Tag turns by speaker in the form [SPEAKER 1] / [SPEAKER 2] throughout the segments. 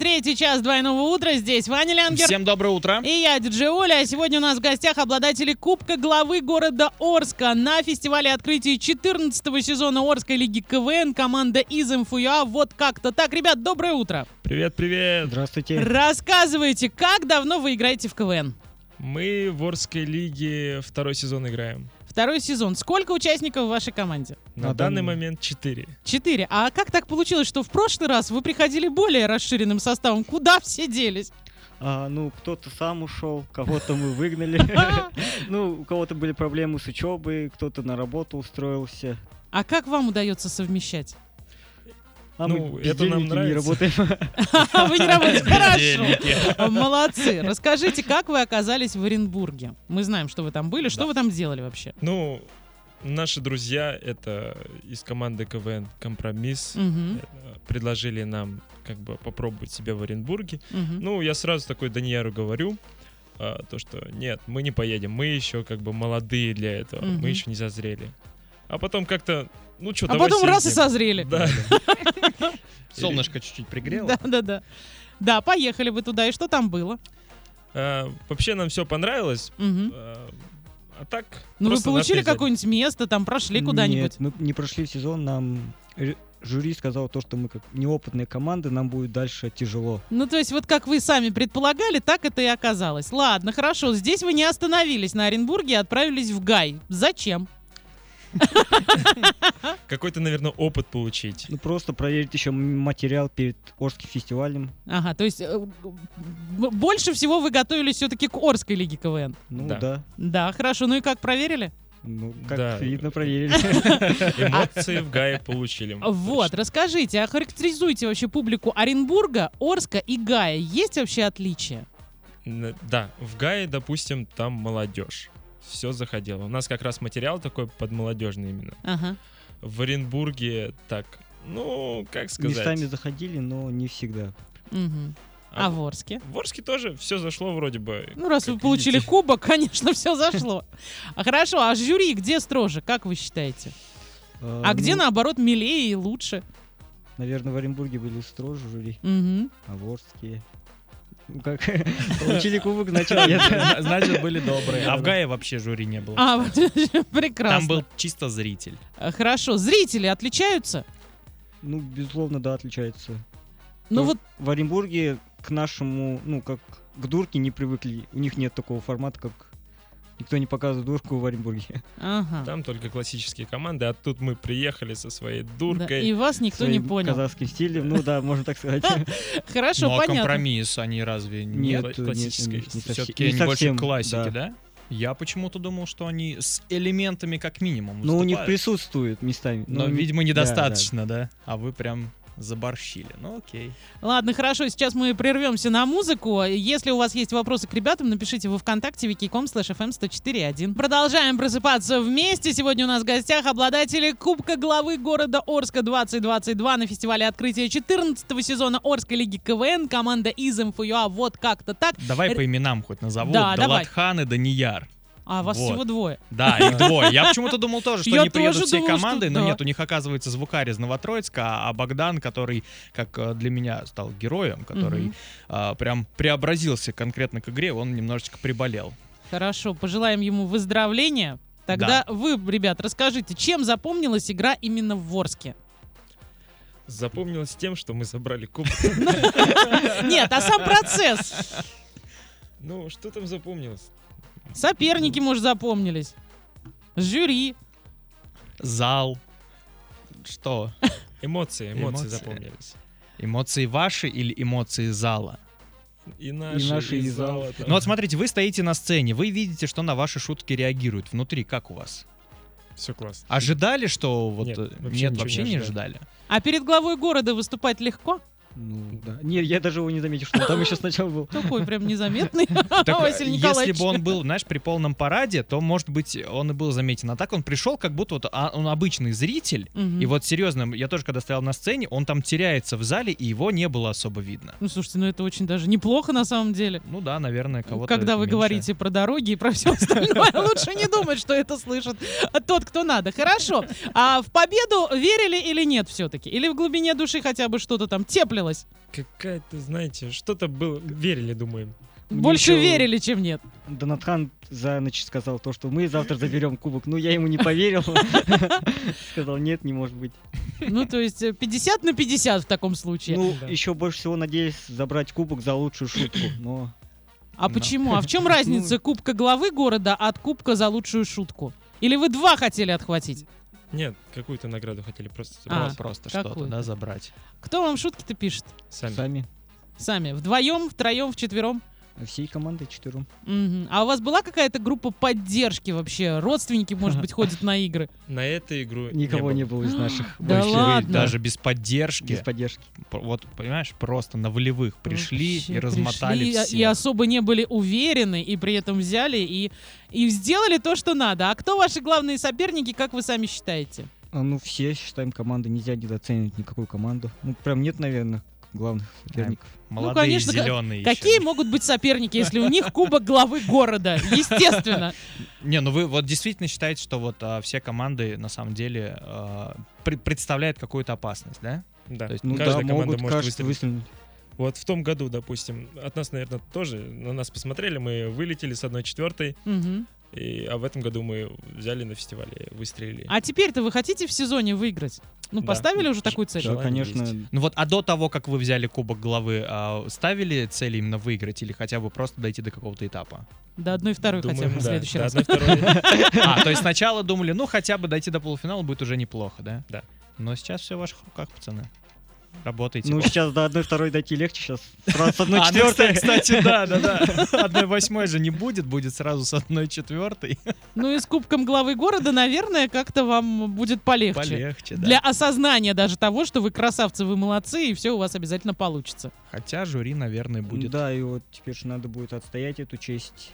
[SPEAKER 1] Третий час двойного утра. Здесь Ваня Лянгер.
[SPEAKER 2] Всем доброе утро.
[SPEAKER 1] И я, диджей Оля. А сегодня у нас в гостях обладатели Кубка главы города Орска. На фестивале открытия 14 сезона Орской лиги КВН команда из МФЮА вот как-то так. Ребят, доброе утро.
[SPEAKER 3] Привет, привет.
[SPEAKER 4] Здравствуйте.
[SPEAKER 1] Рассказывайте, как давно вы играете в КВН?
[SPEAKER 3] Мы в Орской лиге второй сезон играем.
[SPEAKER 1] Второй сезон. Сколько участников в вашей команде?
[SPEAKER 3] На,
[SPEAKER 4] На
[SPEAKER 3] данный
[SPEAKER 4] данный-
[SPEAKER 3] момент 4.
[SPEAKER 1] Четыре. А как так получилось, что в прошлый раз вы приходили более расширенным составом? Куда все делись?
[SPEAKER 4] А, ну, кто-то сам ушел, кого-то мы выгнали.
[SPEAKER 1] А?
[SPEAKER 4] Ну, у кого-то были проблемы с учебой, кто-то на работу устроился.
[SPEAKER 1] А как вам удается совмещать?
[SPEAKER 4] А
[SPEAKER 3] Ну,
[SPEAKER 4] мы
[SPEAKER 3] это нам
[SPEAKER 4] бездельники, не
[SPEAKER 3] нравится.
[SPEAKER 4] работаем.
[SPEAKER 1] А, Вы не работаете хорошо.
[SPEAKER 3] Бездельники.
[SPEAKER 1] Молодцы. Расскажите, как вы оказались в Оренбурге? Мы знаем, что вы там были. Что
[SPEAKER 3] Да.
[SPEAKER 1] вы там делали вообще?
[SPEAKER 3] Ну, наши друзья, это из команды КВН «Компромисс»,
[SPEAKER 1] Мгм,
[SPEAKER 3] э, предложили нам как бы попробовать себя в Оренбурге.
[SPEAKER 1] мгм.
[SPEAKER 3] Ну, я сразу такой Данияру говорю, а, то, что нет, мы не поедем, мы еще как бы молодые для этого,
[SPEAKER 1] Мгм.
[SPEAKER 3] мы еще не созрели. А потом как-то, ну что,
[SPEAKER 1] А потом раз и созрели.
[SPEAKER 3] Да,
[SPEAKER 2] Солнышко чуть-чуть пригрело.
[SPEAKER 1] Да, да, да. Да, поехали вы туда. И что там было?
[SPEAKER 3] А, вообще нам все понравилось.
[SPEAKER 1] Мгм.
[SPEAKER 3] А а так...
[SPEAKER 1] Ну, вы
[SPEAKER 3] просто нас
[SPEAKER 1] получили
[SPEAKER 3] не взяли.
[SPEAKER 1] какое-нибудь место, там прошли куда-нибудь?
[SPEAKER 4] Нет, мы не прошли сезон, нам р- жюри сказал то, что мы как неопытная команда, нам будет дальше тяжело.
[SPEAKER 1] Ну, то есть, вот как вы сами предполагали, так это и оказалось. Ладно, хорошо. Здесь вы не остановились на Оренбурге и отправились в Гай. Зачем?
[SPEAKER 3] Какой-то, наверное, опыт получить.
[SPEAKER 4] Ну, просто проверить еще материал перед Орским фестивалем.
[SPEAKER 1] Ага, то есть э, б- больше всего вы готовились все-таки к Орской лиге КВН.
[SPEAKER 4] Ну,
[SPEAKER 3] Да.
[SPEAKER 4] да.
[SPEAKER 1] Да, хорошо. Ну и как проверили?
[SPEAKER 4] Ну, как
[SPEAKER 3] Да.
[SPEAKER 4] видно, проверили.
[SPEAKER 3] Эмоции в Гае получили.
[SPEAKER 1] А Вот, расскажите, охарактеризуйте вообще публику Оренбурга, Орска и Гая. Есть вообще отличия?
[SPEAKER 3] Н- Да, в Гае, допустим, там молодежь. Все заходило. У нас как раз материал такой подмолодежный именно.
[SPEAKER 1] Ага.
[SPEAKER 3] В Оренбурге так, ну, как сказать.
[SPEAKER 4] Местами заходили, но не всегда.
[SPEAKER 1] мгм.
[SPEAKER 3] А
[SPEAKER 1] А в Орске?
[SPEAKER 3] в Орске тоже все зашло вроде бы.
[SPEAKER 1] Ну, раз
[SPEAKER 3] Как
[SPEAKER 1] вы получили
[SPEAKER 3] видите.
[SPEAKER 1] кубок, конечно, все зашло. А хорошо, а жюри где строже, как вы считаете? А где,
[SPEAKER 4] нам?
[SPEAKER 1] наоборот, милее и лучше?
[SPEAKER 4] Наверное, ну, в Оренбурге были строже жюри.
[SPEAKER 1] Мгм.
[SPEAKER 4] А Ворские. Ну как, получили кубок, значит нет.
[SPEAKER 2] Значит, были добрые. А в Гае вообще жюри не было.
[SPEAKER 1] А,
[SPEAKER 2] Там
[SPEAKER 1] прекрасно.
[SPEAKER 2] был чисто зритель.
[SPEAKER 1] А, Хорошо, зрители отличаются?
[SPEAKER 4] Ну, безусловно, да, отличается.
[SPEAKER 1] Ну
[SPEAKER 4] То-
[SPEAKER 1] вот,
[SPEAKER 4] В Оренбурге к нашему, ну, как к дурке не привыкли. У них нет такого формата, как никто не показывает дурку в Оренбурге.
[SPEAKER 1] ага.
[SPEAKER 3] Там только классические команды, а тут мы приехали со своей
[SPEAKER 1] Да,
[SPEAKER 3] дуркой.
[SPEAKER 1] и вас никто не
[SPEAKER 4] Своим
[SPEAKER 1] понял.
[SPEAKER 4] казахским стилем, ну да, можно так сказать.
[SPEAKER 1] Хорошо,
[SPEAKER 5] ну, а
[SPEAKER 1] понятно.
[SPEAKER 5] компромисс они разве
[SPEAKER 4] Нет,
[SPEAKER 5] не
[SPEAKER 4] нет, у них
[SPEAKER 3] классической.
[SPEAKER 4] не совсем-
[SPEAKER 5] все-таки
[SPEAKER 4] не
[SPEAKER 5] они больше
[SPEAKER 4] совсем,
[SPEAKER 5] к классике, да.
[SPEAKER 4] да.
[SPEAKER 5] Я почему-то думал, что они с элементами как минимум
[SPEAKER 4] Но Ну, у них
[SPEAKER 5] выступают.
[SPEAKER 4] присутствует местами.
[SPEAKER 5] Но,
[SPEAKER 4] ну, не-
[SPEAKER 5] видимо,
[SPEAKER 4] да, да.
[SPEAKER 5] недостаточно, да, А вы прям заборщили. Ну, окей.
[SPEAKER 1] Ладно, хорошо, сейчас мы прервемся на музыку. Если у вас есть вопросы к ребятам, напишите во ВКонтакте wiki.com slash fm1041. Продолжаем просыпаться вместе. Сегодня у нас в гостях обладатели Кубка главы города Орска 2022 на фестивале открытия 14 сезона Орской лиги КВН. Команда из МФЮА вот как-то так.
[SPEAKER 5] Давай
[SPEAKER 1] Р-
[SPEAKER 5] по именам хоть назову.
[SPEAKER 1] Да, давай.
[SPEAKER 5] Далатхан и Данияр.
[SPEAKER 1] А вас
[SPEAKER 5] Вот.
[SPEAKER 1] всего двое.
[SPEAKER 5] Да, их двое. Я почему-то думал тоже, что
[SPEAKER 1] Я
[SPEAKER 5] они приедут
[SPEAKER 1] тоже
[SPEAKER 5] всей
[SPEAKER 1] думала, что
[SPEAKER 5] командой, но
[SPEAKER 1] да.
[SPEAKER 5] нет, у них оказывается звукарь из Новотроицка, а Богдан, который, как э, для меня, стал героем, который
[SPEAKER 1] Мгм.
[SPEAKER 5] а, прям преобразился конкретно к игре, он немножечко приболел.
[SPEAKER 1] Хорошо, пожелаем ему выздоровления. Тогда вы, ребят, расскажите, чем запомнилась игра именно в Орске?
[SPEAKER 3] Запомнилось тем, что мы забрали кубок.
[SPEAKER 1] Нет, а сам процесс.
[SPEAKER 3] Ну, что там запомнилось?
[SPEAKER 1] Соперники, может, запомнились. Жюри.
[SPEAKER 5] зал. Что?
[SPEAKER 3] Эмоции, эмоции,
[SPEAKER 5] Эмоции.
[SPEAKER 3] запомнились.
[SPEAKER 5] Эмоции ваши или эмоции зала?
[SPEAKER 3] И наши, и
[SPEAKER 4] наши, и зала.
[SPEAKER 3] зала там.
[SPEAKER 5] Ну вот смотрите, вы стоите на сцене, вы видите, что на ваши шутки реагируют. Внутри как у вас?
[SPEAKER 3] Все классно.
[SPEAKER 5] Ожидали, что вот...
[SPEAKER 3] Нет,
[SPEAKER 5] э,
[SPEAKER 3] вообще
[SPEAKER 5] Нет,
[SPEAKER 3] ничего
[SPEAKER 5] вообще
[SPEAKER 3] не
[SPEAKER 5] не
[SPEAKER 3] ожидали.
[SPEAKER 5] ожидали.
[SPEAKER 1] А перед главой города выступать легко?
[SPEAKER 4] Ну, да. Не, я даже его не заметил, что он там еще сначала был.
[SPEAKER 1] Такой прям незаметный
[SPEAKER 5] Так, э,
[SPEAKER 1] А, Василий
[SPEAKER 5] если
[SPEAKER 1] Николаевич.
[SPEAKER 5] бы он был, знаешь, при полном параде, то, может быть, он и был заметен. А так он пришел, как будто вот а, он обычный зритель.
[SPEAKER 1] Мгм.
[SPEAKER 5] И вот серьезно, я тоже когда стоял на сцене, он там теряется в зале, и его не было особо видно.
[SPEAKER 1] Ну, слушайте, ну это очень даже неплохо на самом деле.
[SPEAKER 5] Ну да, наверное, кого-то...
[SPEAKER 1] Когда вы
[SPEAKER 5] меньше.
[SPEAKER 1] говорите про дороги и про все остальное, лучше не думать, что это слышит тот, кто надо. Хорошо. А в победу верили или нет все-таки? Или в глубине души хотя бы что-то там нравилось?
[SPEAKER 3] Какая-то, знаете, что-то было. Верили, думаем.
[SPEAKER 4] Мне
[SPEAKER 1] Больше
[SPEAKER 4] ещё-
[SPEAKER 1] верили, чем нет.
[SPEAKER 4] Донатхан за ночь сказал то, что мы завтра заберем кубок. Ну, я ему не поверил. Сказал, нет, не может быть.
[SPEAKER 1] Ну, то есть э, 50 на 50 в таком случае.
[SPEAKER 4] Ну,
[SPEAKER 3] Да.
[SPEAKER 4] еще больше всего надеюсь забрать кубок за лучшую шутку. Но
[SPEAKER 1] А
[SPEAKER 5] да. Ну.
[SPEAKER 1] почему? А в чем разница кубка главы города от кубка за лучшую шутку? Или вы два хотели отхватить?
[SPEAKER 3] Нет, какую-то награду хотели просто
[SPEAKER 1] А,
[SPEAKER 3] забрать.
[SPEAKER 5] просто
[SPEAKER 1] какую-то.
[SPEAKER 5] что-то, да, забрать.
[SPEAKER 1] Кто вам шутки-то пишет?
[SPEAKER 4] А.
[SPEAKER 3] Сами.
[SPEAKER 4] сами,
[SPEAKER 1] Сами. Вдвоем, втроем, вчетвером?
[SPEAKER 4] всей командой четвером.
[SPEAKER 1] Мгм. А у вас была какая-то группа поддержки вообще? Родственники, может быть, ходят на игры?
[SPEAKER 3] На эту игру
[SPEAKER 4] Никого не
[SPEAKER 3] было.
[SPEAKER 4] было из наших.
[SPEAKER 1] Да
[SPEAKER 4] вообще,
[SPEAKER 5] Вы
[SPEAKER 1] ладно?
[SPEAKER 5] даже без поддержки,
[SPEAKER 4] Без поддержки.
[SPEAKER 5] п- вот понимаешь, просто на волевых пришли
[SPEAKER 1] Вообще
[SPEAKER 5] и размотали
[SPEAKER 1] пришли, и-
[SPEAKER 5] всех.
[SPEAKER 1] И особо не были уверены, и при этом взяли и, и сделали то, что надо. А кто ваши главные соперники, как вы сами считаете?
[SPEAKER 4] А, Ну, все считаем команды. Нельзя недооценивать никакую команду. Ну, прям нет, наверное, главных соперников.
[SPEAKER 5] Молодые,
[SPEAKER 1] конечно, ка-
[SPEAKER 5] зеленые.
[SPEAKER 1] Какие могут быть соперники, если у них кубок главы города? Естественно.
[SPEAKER 5] Не, ну вы вот действительно считаете, что вот а, все команды на самом деле а, пред- представляют какую-то опасность, да?
[SPEAKER 3] Да.
[SPEAKER 5] То есть,
[SPEAKER 4] Ну
[SPEAKER 3] Каждая
[SPEAKER 4] да,
[SPEAKER 3] команда
[SPEAKER 4] могут,
[SPEAKER 3] может
[SPEAKER 4] кажется,
[SPEAKER 3] выстрелить.
[SPEAKER 4] выстрелить.
[SPEAKER 3] Вот в том году, допустим, от нас, наверное, тоже на нас посмотрели, мы вылетели с 1-4,
[SPEAKER 1] Мгм.
[SPEAKER 3] и, а в этом году мы взяли на фестивале, выстрелили.
[SPEAKER 1] А теперь-то вы хотите в сезоне выиграть? Ну,
[SPEAKER 3] Да.
[SPEAKER 1] поставили уже такую цель?
[SPEAKER 4] Да,
[SPEAKER 3] Желание
[SPEAKER 4] конечно.
[SPEAKER 5] Ну вот, а до того, как вы взяли кубок главы, а, ставили цель именно выиграть или хотя бы просто дойти до какого-то этапа?
[SPEAKER 1] До одной второй хотя бы в
[SPEAKER 3] да,
[SPEAKER 1] следующий
[SPEAKER 3] до
[SPEAKER 1] раз.
[SPEAKER 3] одной второй.
[SPEAKER 5] А, то есть сначала думали, ну хотя бы дойти до полуфинала будет уже неплохо, да?
[SPEAKER 3] Да.
[SPEAKER 5] Но сейчас все в ваших руках, пацаны. Работайте.
[SPEAKER 4] Ну,
[SPEAKER 5] Вот.
[SPEAKER 4] сейчас до одной второй дойти легче. Сейчас сразу с одной
[SPEAKER 5] А, ну,
[SPEAKER 4] четвертой.
[SPEAKER 5] кстати, да, да, да. Одной восьмой же не будет, будет сразу с одной четвертой.
[SPEAKER 1] Ну и с кубком главы города, наверное, как-то вам будет полегче.
[SPEAKER 5] Полегче, да.
[SPEAKER 1] Для осознания даже того, что вы красавцы, вы молодцы, и все у вас обязательно получится.
[SPEAKER 5] Хотя жюри, наверное, будет.
[SPEAKER 4] Да, и вот теперь же надо будет отстоять эту честь.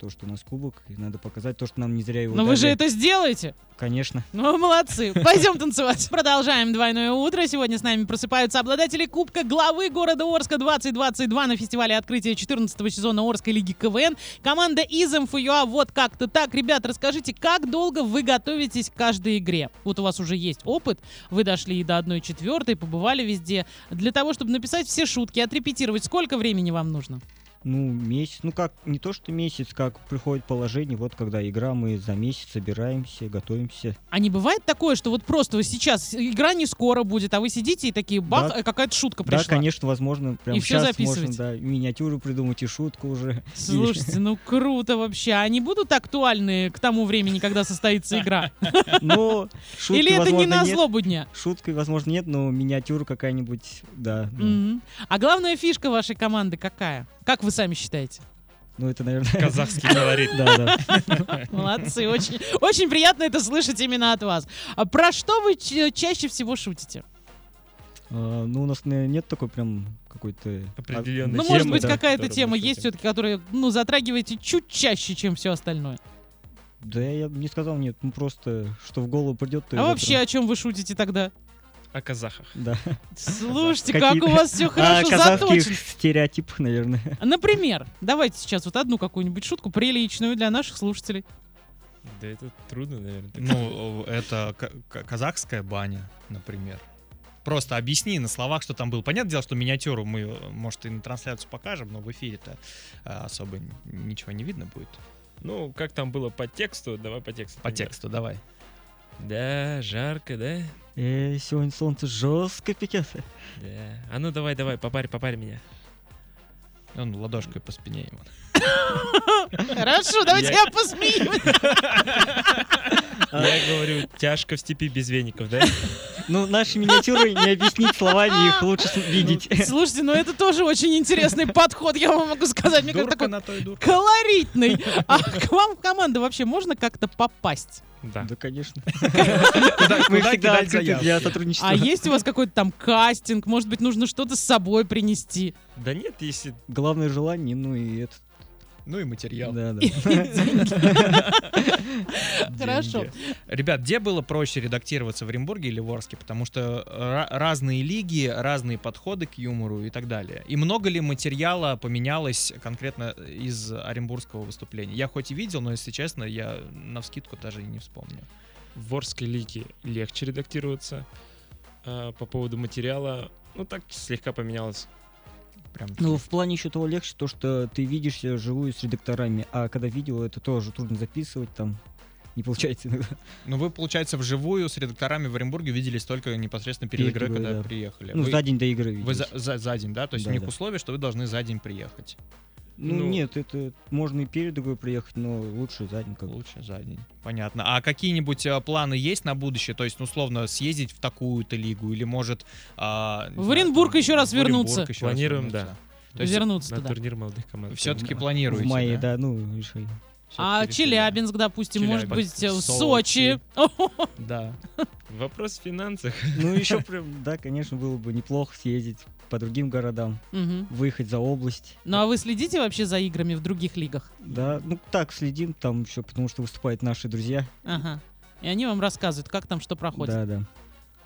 [SPEAKER 4] То, что у нас кубок, и надо показать то, что нам не зря его
[SPEAKER 1] Но вы же
[SPEAKER 4] дали.
[SPEAKER 1] это сделаете.
[SPEAKER 4] Конечно.
[SPEAKER 1] Ну, вы молодцы. Пойдем танцевать. Продолжаем двойное утро. Сегодня с нами просыпаются обладатели Кубка главы города Орска 2022 на фестивале открытия 14 сезона Орской лиги КВН. Команда из МФЮА вот как-то так. Ребят, расскажите, как долго вы готовитесь к каждой игре? Вот у вас уже есть опыт, вы дошли и до 1 четвертой, побывали везде. Для того, чтобы написать все шутки, отрепетировать, сколько времени вам нужно?
[SPEAKER 4] Ну, месяц. Ну, как, не то, что месяц, как приходит положение. Вот когда игра, мы за месяц собираемся, готовимся.
[SPEAKER 1] А не бывает такое, что вот просто вот сейчас игра не скоро будет, а вы сидите и такие, бах,
[SPEAKER 4] Да.
[SPEAKER 1] э, какая-то шутка пришла.
[SPEAKER 4] Да, конечно, возможно, прям
[SPEAKER 1] И всё
[SPEAKER 4] сейчас можно,
[SPEAKER 1] записываете?
[SPEAKER 4] да, и миниатюру придумать и шутку уже. И-
[SPEAKER 1] Слушайте, ну круто вообще. Они будут актуальны к тому времени, когда состоится игра?
[SPEAKER 4] Но шутки,
[SPEAKER 1] Или это не
[SPEAKER 4] возможно,
[SPEAKER 1] на
[SPEAKER 4] нет.
[SPEAKER 1] злобу дня?
[SPEAKER 4] Шутки, возможно, нет, но миниатюра какая-нибудь, да. ну,
[SPEAKER 1] Мгм. А главная фишка вашей команды какая? Как вы сами считаете?
[SPEAKER 4] Ну, это, наверное,
[SPEAKER 3] Казахский колорит.
[SPEAKER 4] да, да.
[SPEAKER 1] Молодцы, очень, очень приятно это слышать именно от вас. А про что вы ча- чаще всего шутите?
[SPEAKER 4] А, Ну, у нас наверное, нет такой прям какой-то...
[SPEAKER 3] Определённой
[SPEAKER 4] а,
[SPEAKER 1] Ну,
[SPEAKER 3] темы,
[SPEAKER 1] может быть,
[SPEAKER 4] да.
[SPEAKER 1] какая-то
[SPEAKER 3] которую мы
[SPEAKER 1] тема
[SPEAKER 3] шутим.
[SPEAKER 1] есть все-таки, которую, ну, затрагиваете чуть чаще, чем все остальное.
[SPEAKER 4] Да я бы не сказал, нет, ну просто, что в голову придет, то и
[SPEAKER 1] А
[SPEAKER 4] вот
[SPEAKER 1] вообще, о чем вы шутите тогда?
[SPEAKER 5] А
[SPEAKER 3] О казахах.
[SPEAKER 4] прям, Да.
[SPEAKER 1] Слушайте, как
[SPEAKER 4] Какие-
[SPEAKER 1] у вас все
[SPEAKER 4] А,
[SPEAKER 1] хорошо заточено.
[SPEAKER 4] казахских стереотипов, наверное.
[SPEAKER 1] Например, давайте сейчас вот одну какую-нибудь шутку приличную для наших слушателей.
[SPEAKER 3] Да это трудно, наверное. так.
[SPEAKER 5] Ну, э, это к- к- казахская баня, например. Просто объясни на словах, что там было. Понятное дело, что миниатюру мы, э, может, и на трансляцию покажем, но в эфире-то э, особо н- ничего не видно будет.
[SPEAKER 3] Ну, как там было по тексту? Давай по тексту.
[SPEAKER 5] По
[SPEAKER 3] тогда.
[SPEAKER 5] тексту давай.
[SPEAKER 3] Да, жарко, да?
[SPEAKER 4] Э, сегодня солнце жестко пекет.
[SPEAKER 3] Да. А ну давай, давай, попарь, попарь меня.
[SPEAKER 5] И Он ладошкой по спине ему.
[SPEAKER 1] Хорошо, давайте я посмеюсь. А.
[SPEAKER 3] Я говорю, тяжко в степи без веников, да?
[SPEAKER 4] Ну, наши миниатюры не объяснить словами, их лучше с- видеть.
[SPEAKER 1] Слушайте, ну это тоже очень интересный подход, я вам могу сказать. Мне кажется,
[SPEAKER 5] Дурка
[SPEAKER 1] такой
[SPEAKER 5] на той дурке.
[SPEAKER 1] колоритный. А к вам в команду вообще можно как-то попасть?
[SPEAKER 3] Да.
[SPEAKER 4] Да, конечно.
[SPEAKER 5] Куда-
[SPEAKER 4] Мы
[SPEAKER 5] куда
[SPEAKER 4] всегда
[SPEAKER 5] кидать
[SPEAKER 4] открыты
[SPEAKER 5] заявки?
[SPEAKER 4] для сотрудничества.
[SPEAKER 1] А есть у вас какой-то там кастинг? Может быть, нужно что-то с собой принести?
[SPEAKER 3] Да нет, если
[SPEAKER 4] Главное желание, ну и это.
[SPEAKER 5] Ну и материал.
[SPEAKER 4] Да, да.
[SPEAKER 1] Хорошо.
[SPEAKER 5] деньги. Ребят, где было проще редактироваться в Оренбурге или в Орске? Потому что э, ра- разные лиги, разные подходы к юмору и так далее. И много ли материала поменялось конкретно э, из оренбургского выступления? Я хоть и видел, но, если честно, я на вскидку даже и не вспомню.
[SPEAKER 3] в Орской лиге легче редактироваться. А, По поводу материала Ну так слегка поменялось.
[SPEAKER 5] Прям
[SPEAKER 4] Ну, в плане еще того легче, то, что ты видишься живую с редакторами, а когда видео, это тоже трудно записывать, там не получается иногда.
[SPEAKER 5] Но Ну, вы, получается, вживую с редакторами в Оренбурге виделись только непосредственно перед
[SPEAKER 4] Перед
[SPEAKER 5] игрой,
[SPEAKER 4] игрой,
[SPEAKER 5] когда
[SPEAKER 4] да.
[SPEAKER 5] приехали.
[SPEAKER 4] Ну,
[SPEAKER 5] вы,
[SPEAKER 4] за день до игры
[SPEAKER 5] вы за,
[SPEAKER 4] виделись.
[SPEAKER 5] за- за день, да? То есть у
[SPEAKER 4] Да,
[SPEAKER 5] них
[SPEAKER 4] да.
[SPEAKER 5] условие, что вы должны за день приехать.
[SPEAKER 4] Ну,
[SPEAKER 3] ну-
[SPEAKER 4] нет, это можно и перед игрой приехать, но лучше за день как бы.
[SPEAKER 5] Лучше за день. Понятно. А какие-нибудь э, планы есть на будущее? То есть, ну, условно, съездить в такую-то лигу или, может... а, не
[SPEAKER 1] В
[SPEAKER 5] знаю,
[SPEAKER 1] Оренбург
[SPEAKER 5] там,
[SPEAKER 1] еще раз
[SPEAKER 5] в Оренбург
[SPEAKER 1] вернуться.
[SPEAKER 5] еще раз
[SPEAKER 3] Планируем,
[SPEAKER 5] вернуться. То есть
[SPEAKER 1] вернуться
[SPEAKER 3] На
[SPEAKER 1] туда.
[SPEAKER 3] турнир молодых команд.
[SPEAKER 5] Все-таки
[SPEAKER 3] Ну,
[SPEAKER 5] планируете,
[SPEAKER 4] В мае,
[SPEAKER 5] да?
[SPEAKER 4] да, ну, решили.
[SPEAKER 1] А
[SPEAKER 5] Всё-таки
[SPEAKER 1] Челябинск, допустим, может
[SPEAKER 5] Челябинск,
[SPEAKER 1] быть, э, в Сочи.
[SPEAKER 5] Сочи. Да.
[SPEAKER 3] Вопрос в финансах.
[SPEAKER 4] Ну, еще прям, да, конечно, было бы неплохо съездить по другим городам,
[SPEAKER 1] Мгм.
[SPEAKER 4] выехать за область.
[SPEAKER 1] Ну а вы следите вообще за играми в других лигах?
[SPEAKER 4] Да, ну так, следим там еще, потому что выступают наши друзья.
[SPEAKER 1] Ага. И они вам рассказывают, как там что проходит.
[SPEAKER 4] Да, да.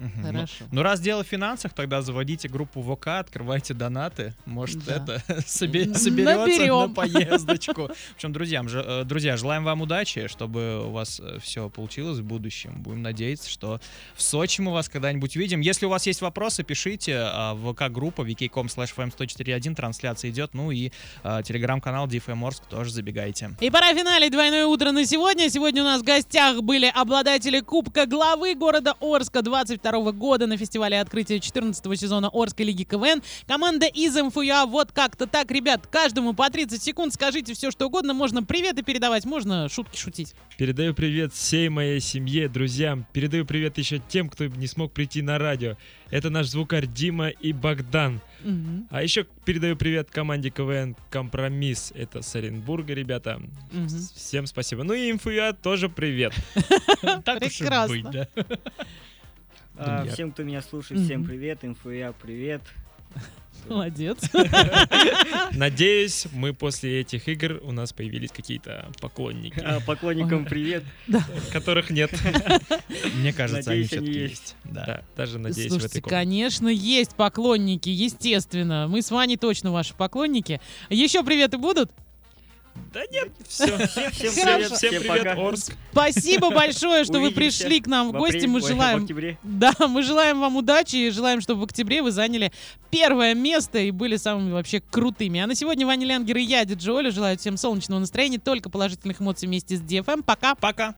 [SPEAKER 5] Мгм. Ну,
[SPEAKER 1] Хорошо.
[SPEAKER 5] Ну, раз дело в финансах, тогда заводите группу ВК, открывайте донаты. Может,
[SPEAKER 1] Да.
[SPEAKER 5] это собе-
[SPEAKER 1] Н-
[SPEAKER 5] соберется
[SPEAKER 1] наберем.
[SPEAKER 5] на поездочку. Причем, друзьям, же- э, друзья, желаем вам удачи, чтобы у вас все получилось в будущем. Будем надеяться, что в Сочи мы вас когда-нибудь увидим. Если у вас есть вопросы, пишите. а, в ВК-группа vk.com slash fm1041, трансляция идет. Ну и а, телеграм-канал DFM Орск тоже забегайте.
[SPEAKER 1] И пора финалить двойное утро на сегодня. Сегодня у нас в гостях были обладатели Кубка главы города Орска 22 года на фестивале открытия 14 сезона Орской лиги КВН. Команда из МФУА А». вот как-то так. Ребят, каждому по 30 секунд скажите все, что угодно. Можно приветы передавать, можно шутки шутить.
[SPEAKER 3] Передаю привет всей моей семье, друзьям. Передаю привет еще тем, кто не смог прийти на радио. Это наш звукарь Дима и Богдан.
[SPEAKER 1] Мгм.
[SPEAKER 3] А еще передаю привет команде КВН «Компромисс». Это с Оренбурга, ребята.
[SPEAKER 1] Мгм.
[SPEAKER 3] Всем спасибо. Ну и инфуя тоже привет.
[SPEAKER 5] Так уж и
[SPEAKER 1] Прекрасно.
[SPEAKER 5] быть, да.
[SPEAKER 4] А,
[SPEAKER 5] Думьяр.
[SPEAKER 4] всем, кто меня слушает, всем
[SPEAKER 1] Мгм.
[SPEAKER 4] привет, инфуя, привет.
[SPEAKER 1] Молодец.
[SPEAKER 3] Надеюсь, мы после этих игр у нас появились какие-то поклонники,
[SPEAKER 4] А, Поклонникам привет.
[SPEAKER 3] которых нет.
[SPEAKER 5] Мне кажется, они
[SPEAKER 4] Надеюсь, они
[SPEAKER 5] все-таки
[SPEAKER 4] есть.
[SPEAKER 5] есть. Да.
[SPEAKER 3] Да, даже надеюсь в
[SPEAKER 1] Слушайте,
[SPEAKER 3] этой комнате.
[SPEAKER 1] конечно, есть поклонники, естественно. Мы с Ваней точно ваши поклонники. Еще приветы будут.
[SPEAKER 3] Да нет, все.
[SPEAKER 4] Всем
[SPEAKER 1] Хорошо.
[SPEAKER 4] привет,
[SPEAKER 3] Всем привет,
[SPEAKER 4] пока.
[SPEAKER 3] Орск.
[SPEAKER 1] Спасибо большое, что вы
[SPEAKER 4] Увидимся
[SPEAKER 1] пришли к нам в
[SPEAKER 4] В
[SPEAKER 1] Ну, гости. Мы
[SPEAKER 4] апреле- ой, В
[SPEAKER 1] желаем...
[SPEAKER 4] октябре.
[SPEAKER 1] Да, мы желаем вам удачи и желаем, чтобы в октябре вы заняли первое место и были самыми вообще крутыми. А на сегодня Ваня Лянгер и я, Диджи Оля, желаю всем солнечного настроения, только положительных эмоций вместе с DFM. Пока!
[SPEAKER 5] Пока.